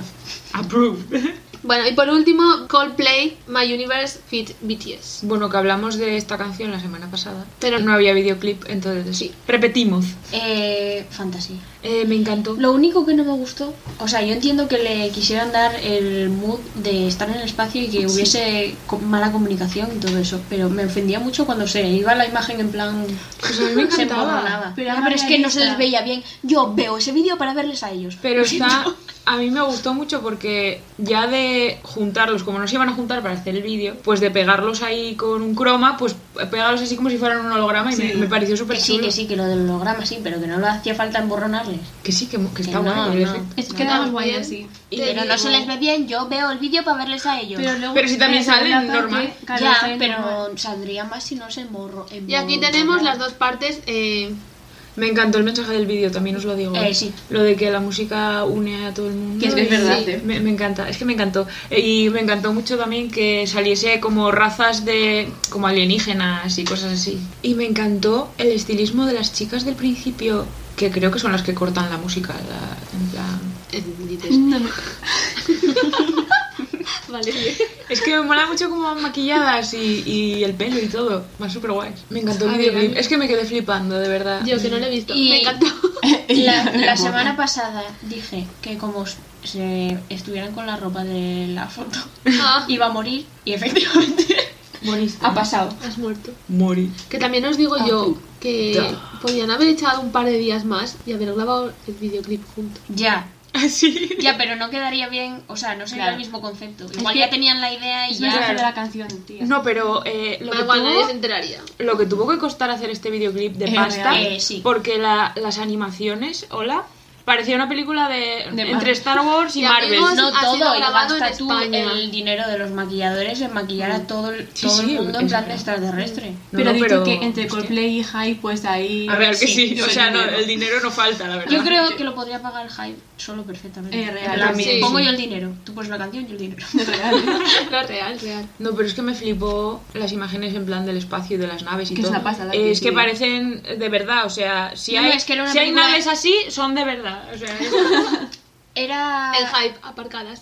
Speaker 2: Approved.
Speaker 1: Bueno, y por último, Coldplay, My Universe Fit BTS.
Speaker 2: Bueno, que hablamos de esta canción la semana pasada,
Speaker 1: Pero-
Speaker 2: pero no había videoclip, entonces
Speaker 1: Sí.
Speaker 2: Repetimos.
Speaker 3: Eh, fantasía.
Speaker 2: Eh, me encantó.
Speaker 3: Lo único que no me gustó, o sea, yo entiendo que le quisieran dar el mood de estar en el espacio y que hubiese co- mala comunicación y todo eso, pero me ofendía mucho cuando se iba la imagen en plan
Speaker 2: Pues a mí me
Speaker 3: se
Speaker 2: encantaba.
Speaker 3: emborronaba.
Speaker 4: Pero
Speaker 3: Ya,
Speaker 4: era
Speaker 3: pero es que no se les
Speaker 4: realista.
Speaker 3: veía bien. Yo veo ese vídeo para verles a ellos.
Speaker 2: Pero está. A mí me gustó mucho porque ya de juntarlos, como no se iban a juntar para hacer el vídeo, pues de pegarlos ahí con un croma, pues pegarlos así como si fueran un holograma y me, me pareció súper
Speaker 3: Que sí,
Speaker 2: chulo.
Speaker 3: que sí, que lo del holograma sí, pero que no lo hacía falta emborronarles.
Speaker 2: Que sí, que, mo- que está
Speaker 3: no,
Speaker 2: bueno el
Speaker 3: no.
Speaker 2: efecto.
Speaker 4: Es que damos guay
Speaker 1: También
Speaker 4: así.
Speaker 2: Y
Speaker 1: te
Speaker 3: Pero no
Speaker 1: digo-
Speaker 3: se les ve bien, yo veo el vídeo para verles a ellos.
Speaker 4: Pero, luego,
Speaker 2: Pero si también
Speaker 4: en la segunda
Speaker 2: salen normal.
Speaker 4: claro,
Speaker 3: ya,
Speaker 4: salen normal.
Speaker 3: pero saldría más si no se emborro.
Speaker 1: Y aquí tenemos las dos partes. Eh,
Speaker 2: Me encantó el mensaje del vídeo, también os lo digo.
Speaker 3: Eh, sí.
Speaker 2: Lo de que la música une a todo el mundo.
Speaker 4: Que es que es
Speaker 2: y-
Speaker 4: verdad,
Speaker 2: sí,
Speaker 4: eh.
Speaker 2: me, me encanta, es que me encantó. Eh, Y me encantó mucho también que saliese como razas de. como alienígenas y cosas así. Y me encantó el estilismo de las chicas del principio, que creo que son las que cortan la música. la- en plan.
Speaker 1: eh,
Speaker 4: No, no.
Speaker 1: vale, bien.
Speaker 2: Es que me mola mucho cómo van maquilladas y, y el pelo y todo. Van súper guays. Me encantó el
Speaker 1: A ver, a
Speaker 2: videoclip.
Speaker 1: mí-
Speaker 2: Es que me quedé flipando, de verdad.
Speaker 1: Yo que no lo he visto.
Speaker 3: Y-
Speaker 1: Me encantó.
Speaker 3: La,
Speaker 4: Me
Speaker 3: la
Speaker 4: mola.
Speaker 3: semana pasada dije que como s- se estuvieran con la ropa de la foto
Speaker 1: Ah,
Speaker 3: iba a morir y efectivamente
Speaker 2: Bonista.
Speaker 3: ha pasado.
Speaker 1: has muerto.
Speaker 2: Mori.
Speaker 1: Que también os
Speaker 3: Ah,
Speaker 1: digo yo que
Speaker 2: puta.
Speaker 1: podían haber echado un par de días más y haber grabado el videoclip juntos.
Speaker 3: Ya,
Speaker 2: Así.
Speaker 3: ya, pero no quedaría bien, o sea, no sería
Speaker 4: Claro.
Speaker 3: el mismo concepto. Igual
Speaker 4: que-
Speaker 3: ya tenían la idea y
Speaker 4: Es
Speaker 3: ya...
Speaker 4: mensaje de la canción, tía.
Speaker 2: No, pero eh, lo
Speaker 1: Da
Speaker 2: que
Speaker 1: igual,
Speaker 2: tuvo-
Speaker 1: nadie se enteraría.
Speaker 2: lo que tuvo que costar hacer este videoclip de
Speaker 4: Eh,
Speaker 2: pasta,
Speaker 3: eh, sí.
Speaker 2: porque la- las animaciones, hola, parecía una película de,
Speaker 4: De
Speaker 2: entre
Speaker 4: Marvel.
Speaker 2: Star Wars y,
Speaker 1: Y
Speaker 2: Marvel.
Speaker 1: amigos,
Speaker 3: No
Speaker 1: Ha sido
Speaker 3: todo, y
Speaker 1: grabado
Speaker 3: gasta
Speaker 1: en
Speaker 3: tú
Speaker 1: España.
Speaker 3: el dinero de los maquilladores en maquillar a todo el,
Speaker 2: Sí,
Speaker 3: todo el
Speaker 2: sí,
Speaker 3: mundo en
Speaker 2: es
Speaker 3: plan
Speaker 2: verdad.
Speaker 3: de extraterrestre.
Speaker 2: No,
Speaker 4: pero
Speaker 2: no,
Speaker 4: dicho
Speaker 2: pero-
Speaker 4: que entre
Speaker 2: hostia.
Speaker 4: Coldplay y Hype, pues ahí.
Speaker 2: A ver, que sí,
Speaker 3: Sí,
Speaker 2: o
Speaker 4: el
Speaker 2: sea, no,
Speaker 4: dinero.
Speaker 2: el dinero no falta, la verdad.
Speaker 3: Yo creo que lo podría pagar Hype solo perfectamente.
Speaker 4: Eh, real,
Speaker 3: En plan,
Speaker 1: sí.
Speaker 3: Pongo yo el dinero, tú pones la canción y el dinero.
Speaker 1: No, real, real.
Speaker 2: No, pero es que me flipó las imágenes en plan del espacio y de las naves y
Speaker 4: Que es
Speaker 2: todo.
Speaker 4: una pasada,
Speaker 2: Eh, es
Speaker 4: sí,
Speaker 2: que
Speaker 4: sí.
Speaker 2: parecen de verdad, o sea, si
Speaker 3: No,
Speaker 2: hay,
Speaker 3: no, es que era una
Speaker 2: si hay
Speaker 3: película-
Speaker 2: naves así, son de verdad. O sea, es-
Speaker 3: Era...
Speaker 1: El hype, aparcadas.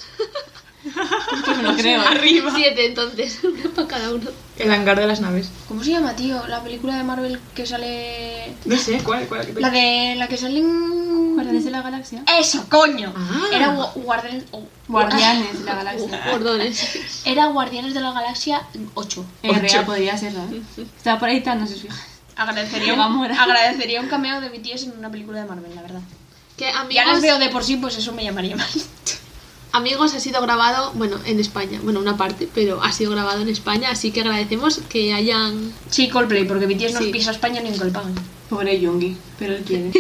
Speaker 4: Pues me lo creo.
Speaker 2: arriba.
Speaker 1: Siete, entonces. Una para cada uno.
Speaker 2: El hangar de las naves.
Speaker 3: ¿Cómo se llama, tío? La película de Marvel que sale.
Speaker 2: No sé, ¿cuál? cuál
Speaker 3: La de. La que sale en.
Speaker 4: Guardianes de la Galaxia.
Speaker 3: ¡Eso, coño!
Speaker 2: Ah.
Speaker 3: Era Gua- Guardian- o-
Speaker 4: Guardianes de la
Speaker 1: Uh,
Speaker 4: Galaxia.
Speaker 1: Gordones.
Speaker 3: Era Guardianes de la Galaxia 8.
Speaker 4: Eh, real podría serlo. ¿eh? Estaba por ahí tan, no se fija.
Speaker 3: Agradecería
Speaker 4: Llega
Speaker 3: un,
Speaker 4: Mora.
Speaker 3: agradecería un cameo de BTS en una película de Marvel, la verdad.
Speaker 1: Que
Speaker 3: Ya les
Speaker 1: amigos,
Speaker 3: veo de por sí, pues eso me llamaría más.
Speaker 1: amigos ha sido grabado, bueno, en España, bueno, una parte, pero ha sido grabado en España, así que agradecemos que hayan...
Speaker 3: Sí, Coldplay, porque BTS no
Speaker 1: Sí.
Speaker 3: pisa España ni en Colpagan.
Speaker 4: Pobre Yungi, pero él quiere.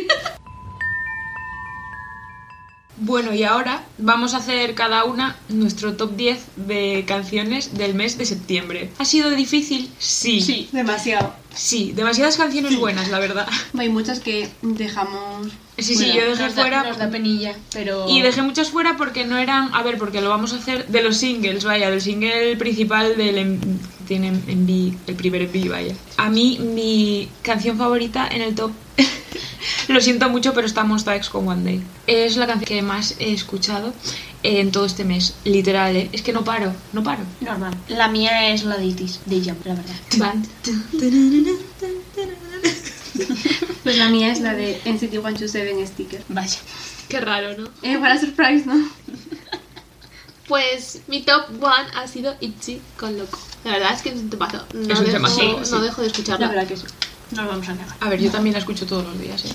Speaker 2: Bueno, y ahora vamos a hacer cada una nuestro top 10 de canciones del mes de septiembre. ¿Ha sido difícil? Sí.
Speaker 3: Sí.
Speaker 4: Demasiado.
Speaker 2: Sí, demasiadas canciones buenas, la verdad.
Speaker 4: Hay muchas que dejamos.
Speaker 2: Sí, sí,
Speaker 3: Bueno,
Speaker 2: yo dejé
Speaker 3: nos da-
Speaker 2: fuera.
Speaker 3: nos da penilla, pero...
Speaker 2: Y dejé muchas fuera porque no eran. A ver, porque lo vamos a hacer de los singles, vaya, del single principal del. em- tiene MV, el primer MV, vaya. A mí, mi canción favorita en el top. lo siento mucho, pero está Monsta X con One Day. Es la canción que más he escuchado en todo este mes, literal, ¿eh? Es que no paro, no paro.
Speaker 3: Normal. La mía es la de ITIS, de Jump, la verdad.
Speaker 1: Van.
Speaker 4: Pues la mía es la de NCT 127 Sticker.
Speaker 3: Vaya.
Speaker 1: Qué raro, ¿no?
Speaker 4: Eh, para surprise, ¿no?
Speaker 1: Pues mi top one ha sido Itzy con Loco. La verdad es que es un topazo. No,
Speaker 2: Es
Speaker 1: dejo,
Speaker 2: un temazo.
Speaker 1: no dejo de escucharlo.
Speaker 4: La verdad que sí.
Speaker 3: Nos vamos a negar.
Speaker 2: A ver, yo también la escucho todos los días, ¿eh?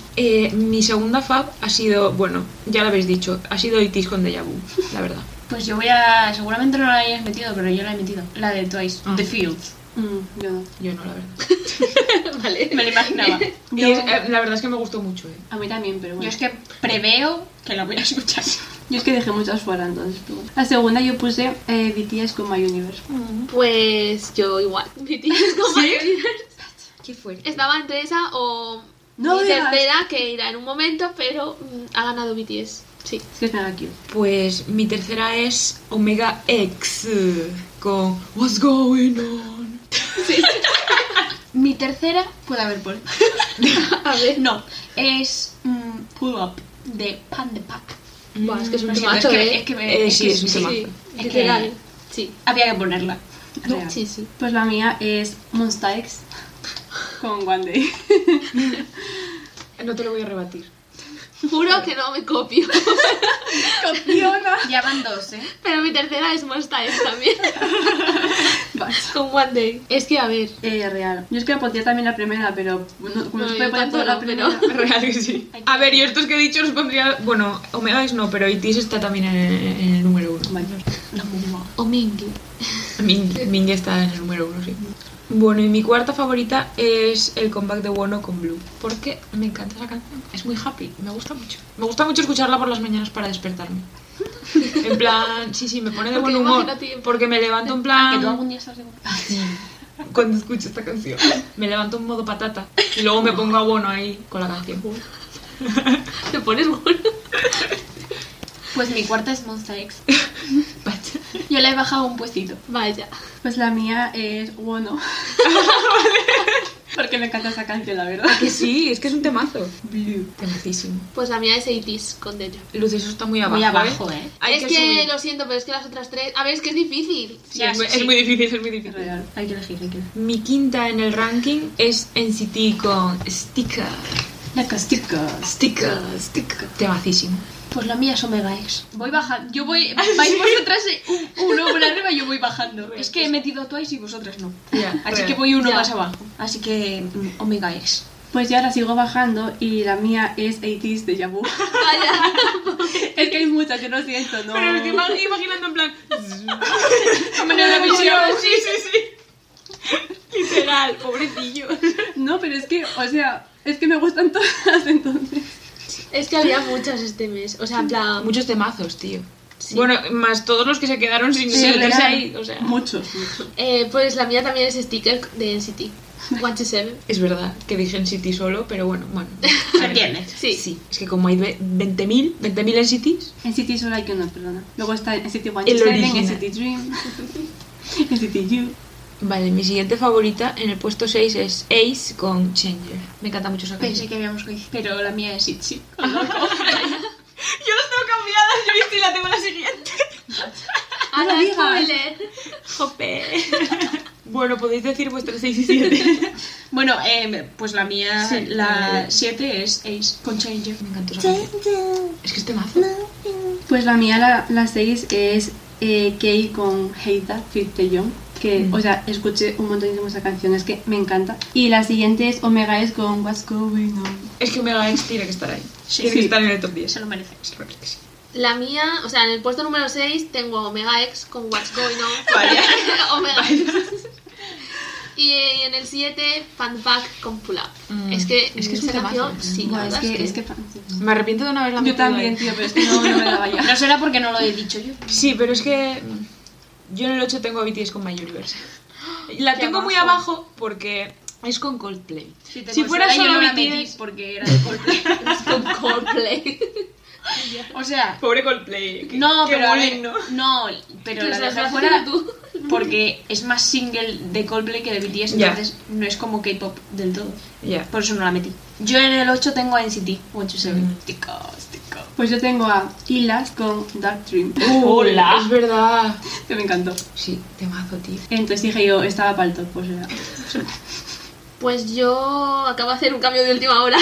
Speaker 2: Eh, mi segunda fab ha sido, bueno, ya lo habéis dicho, ha sido Itis con Deja Vu, la verdad.
Speaker 3: Pues yo voy a... Seguramente no la hayas metido, pero yo la he metido. La de Twice,
Speaker 2: Ah.
Speaker 3: The Fields.
Speaker 4: Mm, yo no.
Speaker 2: Yo no, la verdad.
Speaker 1: vale.
Speaker 3: Me la imaginaba.
Speaker 2: Y
Speaker 4: Yo-
Speaker 2: es- eh, la verdad es que me gustó mucho, ¿eh?
Speaker 4: A mí también, pero
Speaker 3: Yo
Speaker 4: bueno.
Speaker 3: es que preveo que la voy a escuchar.
Speaker 4: Yo es que dejé muchas fuera, entonces. pero bueno. La segunda yo puse eh, BTS con My Universe.
Speaker 1: Pues yo igual. Mi tía es como
Speaker 2: ¿Qué fue?
Speaker 1: Estaba entre esa o
Speaker 4: No
Speaker 1: mi
Speaker 4: digas.
Speaker 1: tercera que irá en un momento, pero mm, ha ganado BTS. Sí.
Speaker 4: Es que es mega cute.
Speaker 2: Pues mi tercera es Omega X eh, con What's Going On.
Speaker 3: Mi tercera puede haber por...
Speaker 1: A ver.
Speaker 3: No, es mm, Pull Up de Pan de Pack.
Speaker 1: Buah, es que es un
Speaker 3: Lo siento,
Speaker 1: temazo,
Speaker 3: es que-
Speaker 1: ¿eh?
Speaker 3: es que me-
Speaker 2: Eh,
Speaker 3: es
Speaker 2: sí,
Speaker 3: que
Speaker 2: es un
Speaker 3: sí.
Speaker 2: temazo.
Speaker 1: Sí,
Speaker 3: Es
Speaker 1: literal.
Speaker 3: que-
Speaker 1: Sí.
Speaker 3: Había que ponerla.
Speaker 4: Real.
Speaker 1: Sí, sí.
Speaker 4: Pues la mía es Monsta X con One Day.
Speaker 2: No te lo voy a rebatir.
Speaker 1: Juro que no me copio.
Speaker 4: Copiona.
Speaker 3: Ya van dos, ¿eh?
Speaker 1: Pero mi tercera es Monsta X también. Con One Day. Es que, a ver.
Speaker 4: Eh, real. Yo es que la pondría también la primera, pero no, como
Speaker 1: No,
Speaker 4: no,
Speaker 1: yo
Speaker 4: se puede poner toda la
Speaker 1: tampoco, pero-
Speaker 4: primera.
Speaker 2: Real que sí. A ver, yo estos que he dicho los pondría... Bueno, Omega X no, pero Itis está también en, en el número uno.
Speaker 4: Vale.
Speaker 3: No, no.
Speaker 1: O Mingy.
Speaker 2: Ming, Ming está en el número uno, sí. Bueno, y mi cuarta favorita es el comeback de Bono con Blue. Porque me encanta esa canción. Es muy happy, me gusta mucho. Me gusta mucho escucharla por las mañanas para despertarme. En plan, sí, sí, me pone de
Speaker 1: Porque
Speaker 2: buen humor.
Speaker 1: imagínate-
Speaker 2: Porque me levanto en
Speaker 3: Que tú
Speaker 2: plan.
Speaker 3: algún día estás de
Speaker 2: Cuando escucho esta canción, me levanto en modo patata. Y luego me pongo a Bono ahí con la canción.
Speaker 1: Te pones bueno.
Speaker 3: Pues mi cuarta es Monsta X. Yo la he bajado un puestito.
Speaker 1: Vaya.
Speaker 4: Pues la mía es Wono. Porque me encanta esa canción, la
Speaker 2: Ah,
Speaker 4: verdad.
Speaker 2: que sí, es que es un temazo.
Speaker 4: Blue.
Speaker 2: Temacísimo.
Speaker 1: Pues la mía es 80 con Deja.
Speaker 2: Luz, eso está muy abajo.
Speaker 3: Muy abajo,
Speaker 2: ¿eh?
Speaker 3: ¿eh?
Speaker 2: Hay
Speaker 1: es que,
Speaker 2: subir.
Speaker 1: lo siento, pero es que las otras tres. A ver, es que es difícil.
Speaker 2: Sí,
Speaker 3: Ya,
Speaker 2: es, muy,
Speaker 3: sí.
Speaker 2: es muy difícil, es muy difícil.
Speaker 4: Real. Hay que elegir, hay que elegir.
Speaker 2: Mi quinta en el ranking es NCT con Sticker.
Speaker 4: La castica.
Speaker 2: Sticker, Sticker. Temacísimo.
Speaker 3: Pues la mía es Omega X. Voy bajando. Yo voy. Vais vosotras eh, un- uno por arriba y yo voy bajando. Pues Es que he metido a Twice y vosotras no.
Speaker 2: Ya,
Speaker 3: Así
Speaker 2: real.
Speaker 3: que voy uno
Speaker 1: Ya.
Speaker 3: más abajo. Así que mm, Omega X.
Speaker 4: Pues ya la sigo bajando y la mía es 80s de Yabu.
Speaker 1: Vaya.
Speaker 4: es que hay muchas, yo lo siento, no.
Speaker 2: Pero me estoy ima- imaginando en plan.
Speaker 3: Como en Eurovisión.
Speaker 2: sí, sí, sí. Literal, pobrecillo.
Speaker 4: No, pero es que, o sea, es que me gustan todas entonces.
Speaker 1: Es que había muchas este mes. O sea, en plan.
Speaker 2: Muchos temazos, tío. Bueno, más todos los que se quedaron sin
Speaker 4: Sí,
Speaker 2: ser
Speaker 4: real.
Speaker 2: ahí. O sea.
Speaker 4: Muchos, muchos.
Speaker 1: Eh, pues la mía también es sticker de NCT. 127.
Speaker 2: Es verdad que dije NCT solo, pero bueno, bueno.
Speaker 3: ¿Se entiende?
Speaker 1: Sí.
Speaker 2: Sí, es que como hay ve- 20.000, 20.000 NCTs.
Speaker 4: En City solo hay que uno, perdona. Luego está en City One
Speaker 2: El
Speaker 4: Seven, en
Speaker 2: original.
Speaker 4: City Dream, en City You.
Speaker 2: Vale, mi siguiente favorita en el puesto 6 es Ace con Changer. Me encanta mucho esa
Speaker 3: Pensé
Speaker 2: canción.
Speaker 3: que habíamos coincidido. Pero la mía es Itzy.
Speaker 2: Yo las tengo cambiadas, yo viste y la tengo la siguiente.
Speaker 1: Ahora
Speaker 4: lo digas.
Speaker 1: spoiler.
Speaker 2: Jope. Bueno, podéis decir vuestras 6 y 7.
Speaker 3: Bueno, eh, pues la mía,
Speaker 2: Sí.
Speaker 3: la 7 es Ace Pues con Changer.
Speaker 2: Me encantó esa canción. Es que este mazo.
Speaker 4: Pues la mía, la, la 6, es eh, Kay con Heita Fit Young. que, o sea, escuché un montón de esa canción, es que me encanta. Y la siguiente es Omega S con What's Going On.
Speaker 2: Es que Omega X tiene que estar ahí.
Speaker 3: Sí.
Speaker 2: tiene que estar en el top 10.
Speaker 3: Se lo merece.
Speaker 2: Se lo merece, sí.
Speaker 1: La mía, o sea, en el puesto número 6 tengo Omega X con What's Going On.
Speaker 2: Vale.
Speaker 1: Omega X. Y en el 7, Fanback con Pull Up.
Speaker 2: Mm.
Speaker 1: Es que,
Speaker 2: Es que es un
Speaker 1: esa
Speaker 2: temazo,
Speaker 1: canción,
Speaker 2: ¿eh?
Speaker 1: sí, la
Speaker 4: Buah, es
Speaker 1: verdad
Speaker 4: que, es que
Speaker 2: Me arrepiento de no haberla
Speaker 4: Yo
Speaker 2: metido
Speaker 4: también,
Speaker 2: ahí.
Speaker 4: tío, pero es que no, no me daba ya.
Speaker 3: No será porque no lo he dicho yo.
Speaker 2: Sí, pero es que yo en el 8 tengo a BTS con My Universe. La
Speaker 4: Qué
Speaker 2: tengo muy
Speaker 4: abajo.
Speaker 2: abajo porque es con Coldplay.
Speaker 3: Si,
Speaker 2: Si fuera solo BTS...
Speaker 3: porque era de Coldplay.
Speaker 1: es con Coldplay.
Speaker 3: o sea,
Speaker 2: Pobre Coldplay. que-
Speaker 3: no,
Speaker 2: que
Speaker 3: pero a ver,
Speaker 2: bullying, ¿no?
Speaker 3: no, pero
Speaker 1: Pues
Speaker 3: la
Speaker 1: las
Speaker 3: dejé
Speaker 1: has
Speaker 3: fuera
Speaker 1: hecho tú.
Speaker 3: porque es más single de Coldplay que de BTS,
Speaker 2: Ya.
Speaker 3: entonces no es como K-pop del todo.
Speaker 2: Ya.
Speaker 3: Por eso no la metí. Yo en el 8 tengo a NCT 127.
Speaker 2: Mm.
Speaker 3: Chicos, chicos.
Speaker 4: Pues yo tengo a Ilas con Dark Dream,
Speaker 3: Hola.
Speaker 2: Es verdad.
Speaker 4: que me encantó.
Speaker 2: Sí, temazo, tío.
Speaker 4: Entonces dije yo, estaba para el top, pues era.
Speaker 1: Pues yo acabo de hacer un cambio de última hora.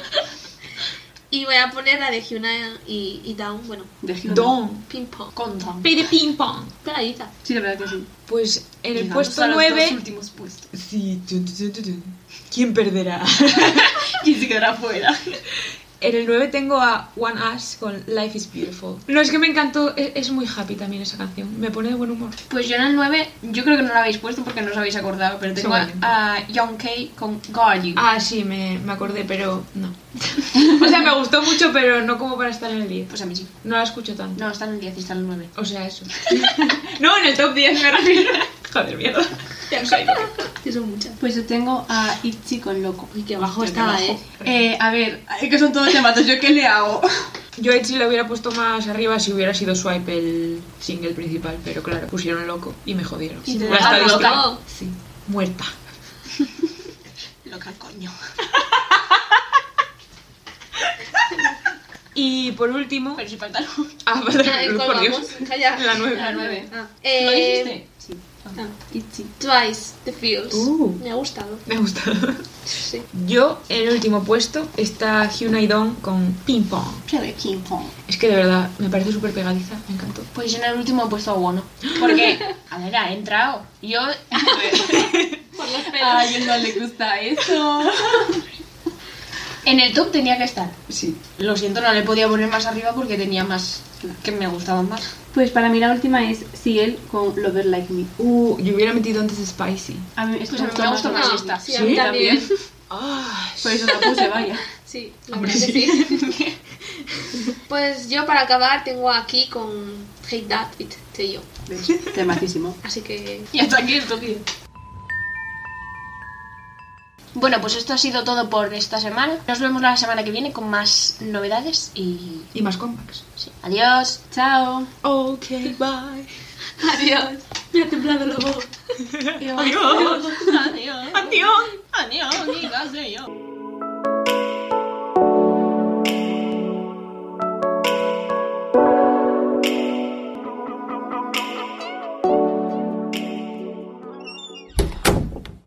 Speaker 1: y voy a poner la de Hyuna y, y Down, bueno,
Speaker 4: De Hyuna.
Speaker 2: Don.
Speaker 1: ping pong.
Speaker 3: Contan.
Speaker 2: Pide ping pong.
Speaker 1: Peladiza.
Speaker 4: Sí, la verdad que sí.
Speaker 2: Pues en el
Speaker 4: Llegamos
Speaker 2: puesto
Speaker 4: a los dos
Speaker 2: 9...
Speaker 4: últimos puestos.
Speaker 2: Sí. tun, tun, tun, tun, tun. ¿Quién perderá?
Speaker 4: ¿Quién se quedará fuera?
Speaker 2: En el 9 tengo a One Ash con Life is Beautiful. No, es que me encantó, es, es muy happy también esa canción, me pone de buen humor.
Speaker 3: Pues yo en el 9, yo creo que no la habéis puesto porque no os habéis acordado, pero tengo a,
Speaker 2: Seguramente.
Speaker 3: a Young K con Guard You.
Speaker 2: Ah, sí, me, me acordé, pero no. o sea, me gustó mucho, pero no como para estar en el 10.
Speaker 3: Pues a mí sí.
Speaker 2: No la escucho tanto.
Speaker 3: No, está en el 10 y está en el 9.
Speaker 2: O sea, eso. no, en el top 10 me refiero. Joder, mierda. Ya me caigo.
Speaker 1: Que son muchas.
Speaker 4: Pues yo tengo a Itzy con Loco.
Speaker 1: Uy, qué bajo
Speaker 2: Hostia, qué
Speaker 1: estaba,
Speaker 2: bajo.
Speaker 1: eh.
Speaker 4: Eh, a ver, es que son todos tematos, ¿yo qué le hago?
Speaker 2: Yo a Itzy la hubiera puesto más arriba si hubiera sido Swipe el single principal, pero claro, pusieron loco y me jodieron.
Speaker 4: Y te
Speaker 2: La
Speaker 4: dejaron
Speaker 2: estadística-
Speaker 1: loca.
Speaker 2: Sí, muerta.
Speaker 3: Loca, coño.
Speaker 2: Y por último...
Speaker 3: Pero si falta algo.
Speaker 2: Ah, perdón,
Speaker 1: Ah, ¿en
Speaker 2: Luz,
Speaker 1: cuál
Speaker 2: por Dios.
Speaker 1: vamos? Calla.
Speaker 2: La 9.
Speaker 4: La nueve.
Speaker 1: Ah,
Speaker 4: ¿Lo
Speaker 1: eh,
Speaker 4: dijiste? Sí.
Speaker 1: ah,
Speaker 4: Itzy.
Speaker 1: Twice, The Feels.
Speaker 2: Uh.
Speaker 1: Me ha gustado.
Speaker 2: Me ha gustado.
Speaker 1: Sí.
Speaker 2: Yo, en el último puesto, está Hyuna y Don con Ping Pong.
Speaker 4: de ping pong.
Speaker 2: Es que de verdad, me parece súper pegadiza, me encantó.
Speaker 3: Pues yo en el último he puesto a Wono. Porque, a ver, ha entrado. Yo.
Speaker 1: Por los pelos.
Speaker 4: A ellos no le gusta eso.
Speaker 3: En el top tenía que estar.
Speaker 4: Sí.
Speaker 3: Lo siento, no le podía poner más arriba porque tenía más. que me gustaban más.
Speaker 4: Pues para mí la última es Ciel con Lover Like Me.
Speaker 2: Uh, yo hubiera metido antes Spicy.
Speaker 4: A mí esto
Speaker 3: Pues a mí
Speaker 4: me
Speaker 3: me
Speaker 4: gusta
Speaker 3: gustó
Speaker 4: más.
Speaker 3: más
Speaker 1: No,
Speaker 3: esta.
Speaker 1: sí, a mí
Speaker 2: Sí,
Speaker 1: también.
Speaker 2: Ah,
Speaker 4: Por eso la puse, vaya.
Speaker 1: Sí, la
Speaker 2: Hombre,
Speaker 1: verdad que sí. pues yo para acabar tengo aquí con Hate That It Te Yo.
Speaker 4: Tematísimo.
Speaker 1: Así que
Speaker 3: Y hasta aquí el top 10. Bueno, pues esto ha sido todo por esta semana. Nos vemos la semana que viene con más novedades y.
Speaker 2: y más compacts.
Speaker 3: sí, Adiós.
Speaker 4: Chao.
Speaker 2: Ok, bye.
Speaker 1: adiós. Me ha temblado el ojo.
Speaker 2: Adiós.
Speaker 3: Adiós.
Speaker 2: Adiós.
Speaker 3: Adiós. Adiós.